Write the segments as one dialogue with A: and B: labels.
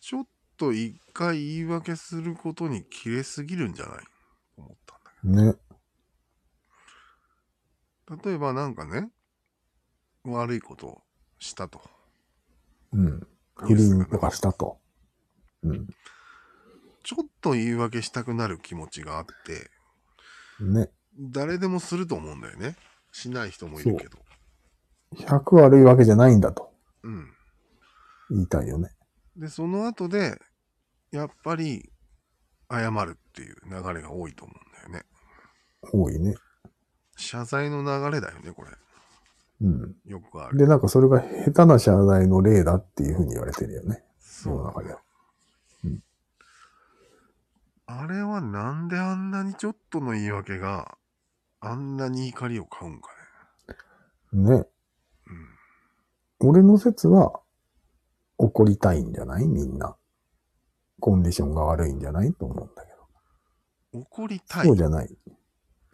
A: ちょっと一回言い訳することに切れすぎるんじゃない思ったんだ
B: ね。
A: けど。例えばなんかね、悪いことをしたと。
B: うん。不倫とかしたと。うん。
A: ちょっと言い訳したくなる気持ちがあって、
B: ね。
A: 誰でもすると思うんだよね。しない人もいるけど。
B: 100悪いわけじゃないんだと
A: うん。
B: 言いたいよね。
A: で、その後で、やっぱり、謝るっていう流れが多いと思うんだよね。
B: 多いね。
A: 謝罪の流れだよね、これ。
B: うん。
A: よくある。
B: で、なんかそれが下手な謝罪の例だっていうふうに言われてるよね。世
A: そうな
B: の中
A: んだ
B: で
A: よ。あれはなんであんなにちょっとの言い訳があんなに怒りを買うんか
B: ね。
A: ね。
B: 俺の説は、怒りたいんじゃないみんな。コンディションが悪いんじゃないと思うんだけど。
A: うん。怒りたい。
B: そう
A: い
B: じゃない。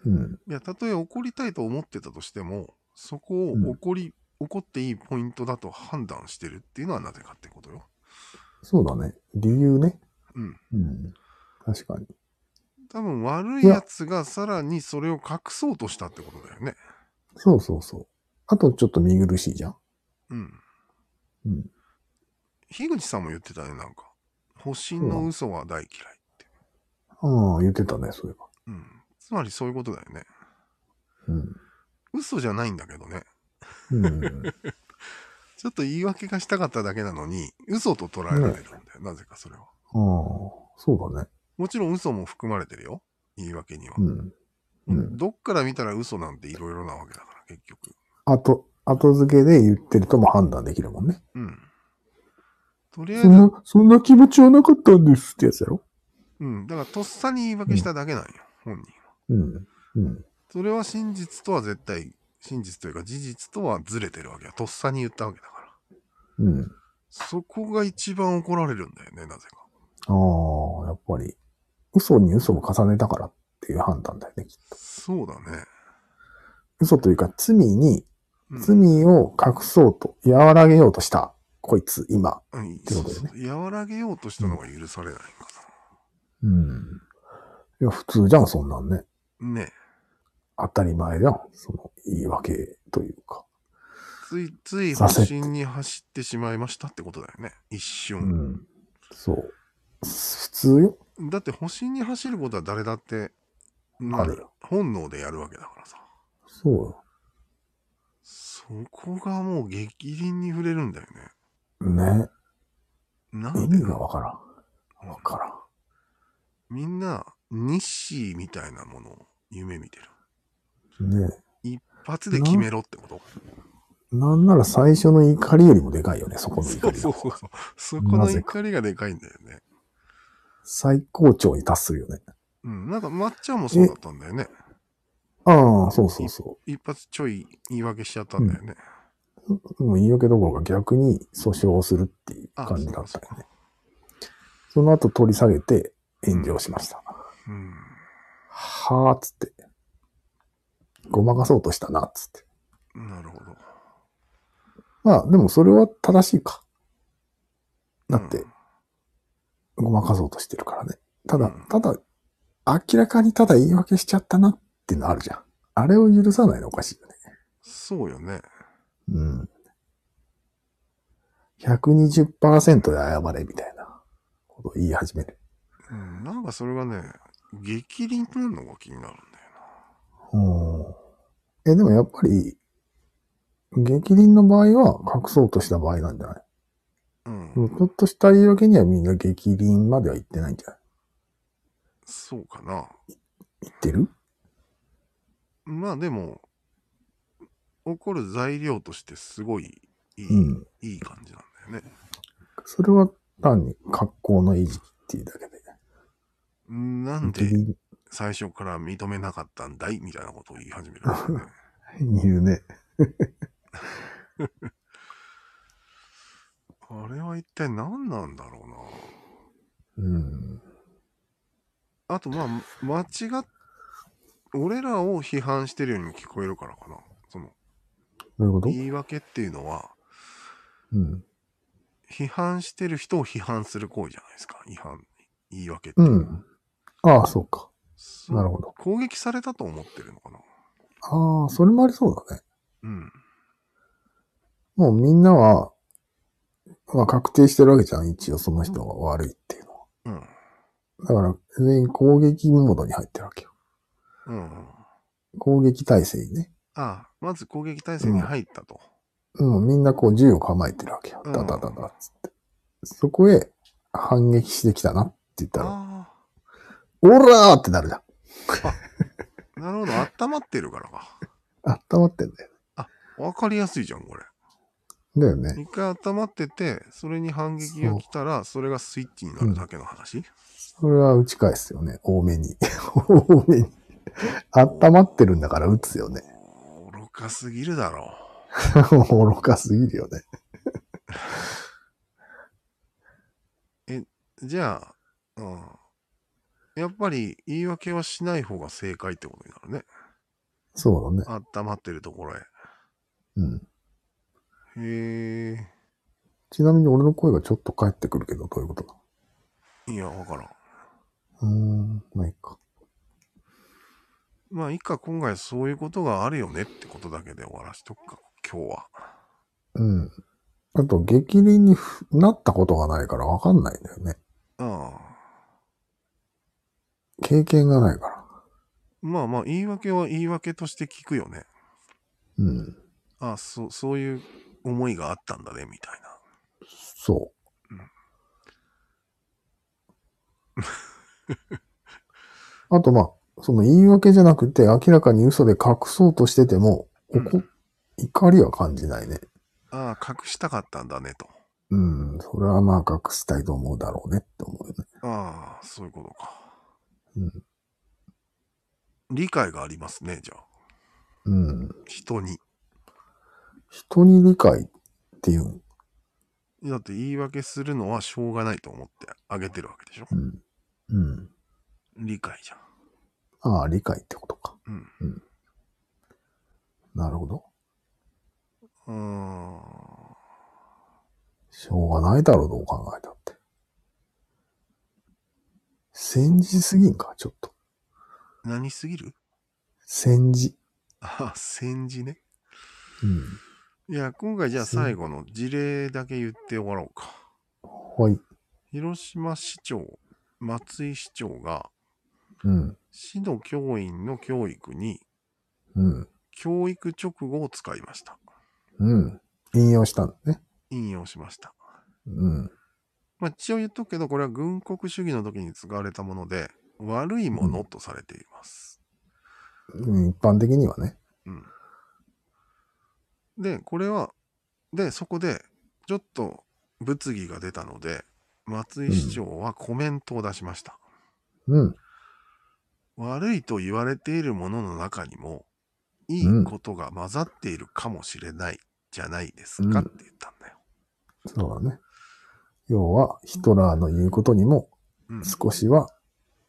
B: うん。
A: や、たとえ怒りたいと思ってたとしても、そこを怒り、怒っていいポイントだと判断してるっていうのはなぜかってことよ。
B: そうだね。理由ね。
A: うん。
B: うん。確かに。
A: 多分悪い
B: いや
A: やつがさらにそれを隠そうとしたってことだよね。
B: そうそうそう。あとちょっと見苦しいじゃん。
A: うん。
B: うん。
A: 樋口さんも言ってたね、なんか。保身の嘘は大嫌いって。
B: ああ、言ってたね、そういえば。
A: うん。つまりそういうことだよね。嘘じゃないんだけどね。
B: うん。うん。
A: ちょっと言い訳がしたかっただけなのに、嘘と捉えられるんだよ。なぜかそれは。
B: ああ、そうだね。
A: もちろん嘘も含まれてるよ。言い訳には。
B: うん。うん
A: どっから見たら嘘なんていろいろなわけだから、結局。
B: 後、後付けで言ってるとも判断できるもんね。
A: うん。とりあえ
B: そ
A: ず、
B: んな、そんな気持ちはなかったんですってやつやろ
A: うん。だから、とっさに言い訳しただけなんよ、本人は。
B: うん。うん。
A: それは真実とは絶対、真実というか事実とはずれてるわけだ。とっさに言ったわけだから。
B: うん。
A: そこが一番怒られるんだよね、なぜか。
B: ああ、やっぱり、嘘に嘘を重ねたからっていう判断だよね。
A: そうだね。
B: 嘘というか、罪に、
A: うん
B: 罪を隠そうと、和らげようとした、こいつ、今。
A: うん
B: てことだよね
A: そうそう和らげようとしたのが許されないか
B: うん。いや、普通じゃん、そんなんね。
A: な。ね
B: 当たり前じゃん。その、言い訳というか。
A: ついつい保
B: させ
A: 身に走ってしまいましたってことだよね。一
B: う
A: 瞬。
B: ん。そう。普通よ。
A: だって保身に走ることは誰だって、な
B: あるよ
A: 本能でやるわけだからさ。
B: そうよ。
A: そこがもう激凛に触れるんだよね。
B: ね。
A: なん
B: 意
A: で
B: 味がわからん。わからん。
A: みんな日誌みたいなものを夢見てる。
B: ね
A: 一発で決めろってこと
B: なんなら最初の怒りよりもでかいよね、そこの怒り
A: そう
B: が。
A: そうそう。 そこの怒りがでかいんだよね。
B: 最高潮に達するよね。
A: うん。なんか抹茶もそうだったんだよね。
B: ああ、そうそうそ
A: 一発ちょい言い訳しちゃったんだよね。
B: う。もう言い訳どころか逆に訴訟をするっていう
A: あ
B: 感じだった
A: そう
B: よ
A: かそう
B: ね。その後取り下げて炎上しました。
A: うん。
B: はあ、つって。ごまかそうとしたな、つって。
A: なるほど。
B: まあ、でもそれは正しいか。だって、
A: うん
B: ごまかそうとしてるからね。ただ、
A: うん
B: ただ、明らかにただ言い訳しちゃったなっていうのあるじゃん。あれを許さないのおかしいよね。
A: そうよね。
B: うん。120%で謝れみたいなことを言い始める。
A: うん。なんかそれがね、激凛となるのが気になるんだよ
B: うん。え、でもやっぱり、激凛の場合は隠そうとした場合なんじゃない
A: な。
B: ち
A: うん。
B: ょっとした言い訳にはみんな激凛までは言ってないんじゃない
A: そうかな。
B: 言ってる
A: まあでも、怒る材料としてすごいいい、
B: うん。
A: いい感じなんだよね。
B: それは単に格好の維持っていうだけで。
A: うんなん
B: 激
A: で
B: 凛
A: 最初から認めなかったんだいみたいなことを言い始めるんだよね。
B: 言うね。
A: あれは一体何なんだろうな。
B: うん。
A: あとまあ間違っ俺らを批判してるように聞こえるからかなその
B: どういうこと
A: 言い訳っていうのは
B: うん。
A: 批判してる人を批判する行為じゃないですか。違反、言い訳って。
B: うん。ああ、そうか。
A: そう
B: なるほど。
A: 攻撃されたと思ってるのかな。
B: ああ、それもありそうだね。
A: うん。
B: もうみんなは、まあ確定してるわけじゃん。一応その人が悪いっていうのは。
A: うん。
B: だから全員攻撃モードに入ってるわけよ。
A: うん。
B: 攻撃体制にね。
A: ああ、まず攻撃体制に入ったと。
B: うん、みんなこう銃を構えてるわけよ。
A: うん
B: ダダダダっつって。そこへ反撃してきたなって言ったら、
A: あ
B: オラーってなるじゃん。
A: あ、なるほど。温まってるからか。
B: 温まってんだよ。
A: わかりやすいじゃん、 これ。
B: だよね。
A: 一回温まってて、それに反撃が来たら、それがスイッチになるだけの話、
B: それは打ち返すよね。多めに。 多めに。温まってるんだから打つよね。
A: 愚かすぎるだろ
B: 愚かすぎるよね。
A: う。じゃあ、うん。やっぱり言い訳はしない方が正解ってことになるね。
B: そうだね。
A: 温まってるところへ。
B: うん。
A: へ
B: ちなみに俺の声がちょっと返ってくるけど、どういうことだ
A: え。いや、わからん。
B: うーん、まあいいか。
A: まあ、いっか、今回そういうことがあるよねってことだけで終わらしとくか、今日は。
B: うん。あと、激鱗にふなったことがないからわかんないんだよね。
A: ああ。
B: 経験がないから。
A: まあまあ、言い訳は言い訳として聞くよね。
B: うん。
A: ああ、そう、そういう思いがあったんだね、みたいな。
B: そ
A: うん
B: う。あと、まあ、その言い訳じゃなくて、明らかに嘘で隠そうとしてても、おこ怒りは感じないね。
A: ああ、隠したかったんだね、と。
B: うん、それはまあ隠したいと思うだろうねって思うよね。
A: ああ、そういうことか。
B: うん
A: 理解がありますね、じゃあ。
B: うん。
A: 人に。
B: 人に理解っていうん。
A: だって言い訳するのはしょうがないと思ってあげてるわけでしょ。
B: うん。うん。
A: 理解じゃん。
B: ああ、理解ってことか。
A: うん。
B: なるほど。
A: うーん。
B: しょうがないだろう、どう考えたって。戦時すぎんか、ちょっと。
A: 何すぎる
B: 戦時。
A: ああ、戦時ね。
B: うん。
A: いや、今回じゃあ
B: 戦
A: 最後の事例だけ言って終わろうか。
B: はい。
A: 広島市長、松井市長が、
B: うん。
A: 市の教員の教育に、
B: うん。
A: 教育直後を使いました。
B: うん。引用したんだね。
A: 引用しました。
B: うん。
A: まあ、一応言っとくけど、これは軍国主義の時に使われたもので、悪いものとされています。
B: うん一般的にはね。
A: うん。で、これは、で、そこで、ちょっと物議が出たので、松井市長はコメントを出しました。
B: うん。
A: 悪いと言われているものの中にも、いいことが混ざっているかもしれないじゃないですかって言ったんだよ。
B: そうだね。要は、ヒトラーの言うことにも、
A: うん。
B: 少しは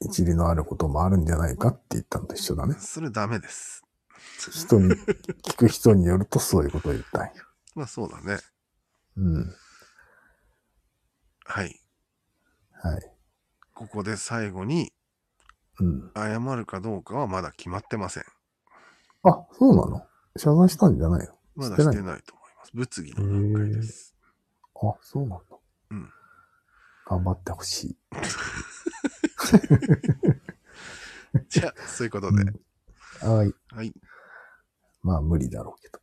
B: 一理のあることもあるんじゃないかって言ったのと一緒だね。
A: それダメです。
B: 人に、聞く人によるとそういうことを言ったんよ。
A: まあそうだね。
B: うん。
A: はい。
B: はい。
A: ここで最後に、
B: うん。
A: 謝るかどうかはまだ決まってません。
B: あ、そうなの謝罪したんじゃないよ。
A: まだ
B: して
A: し
B: ない
A: てないと思います。物議の段階です。
B: あ、そうなんだ。
A: うん。
B: 頑張ってほしい。
A: じゃあ、そういうことで。
B: うんはい。
A: はい。
B: まあ、無理だろうけど。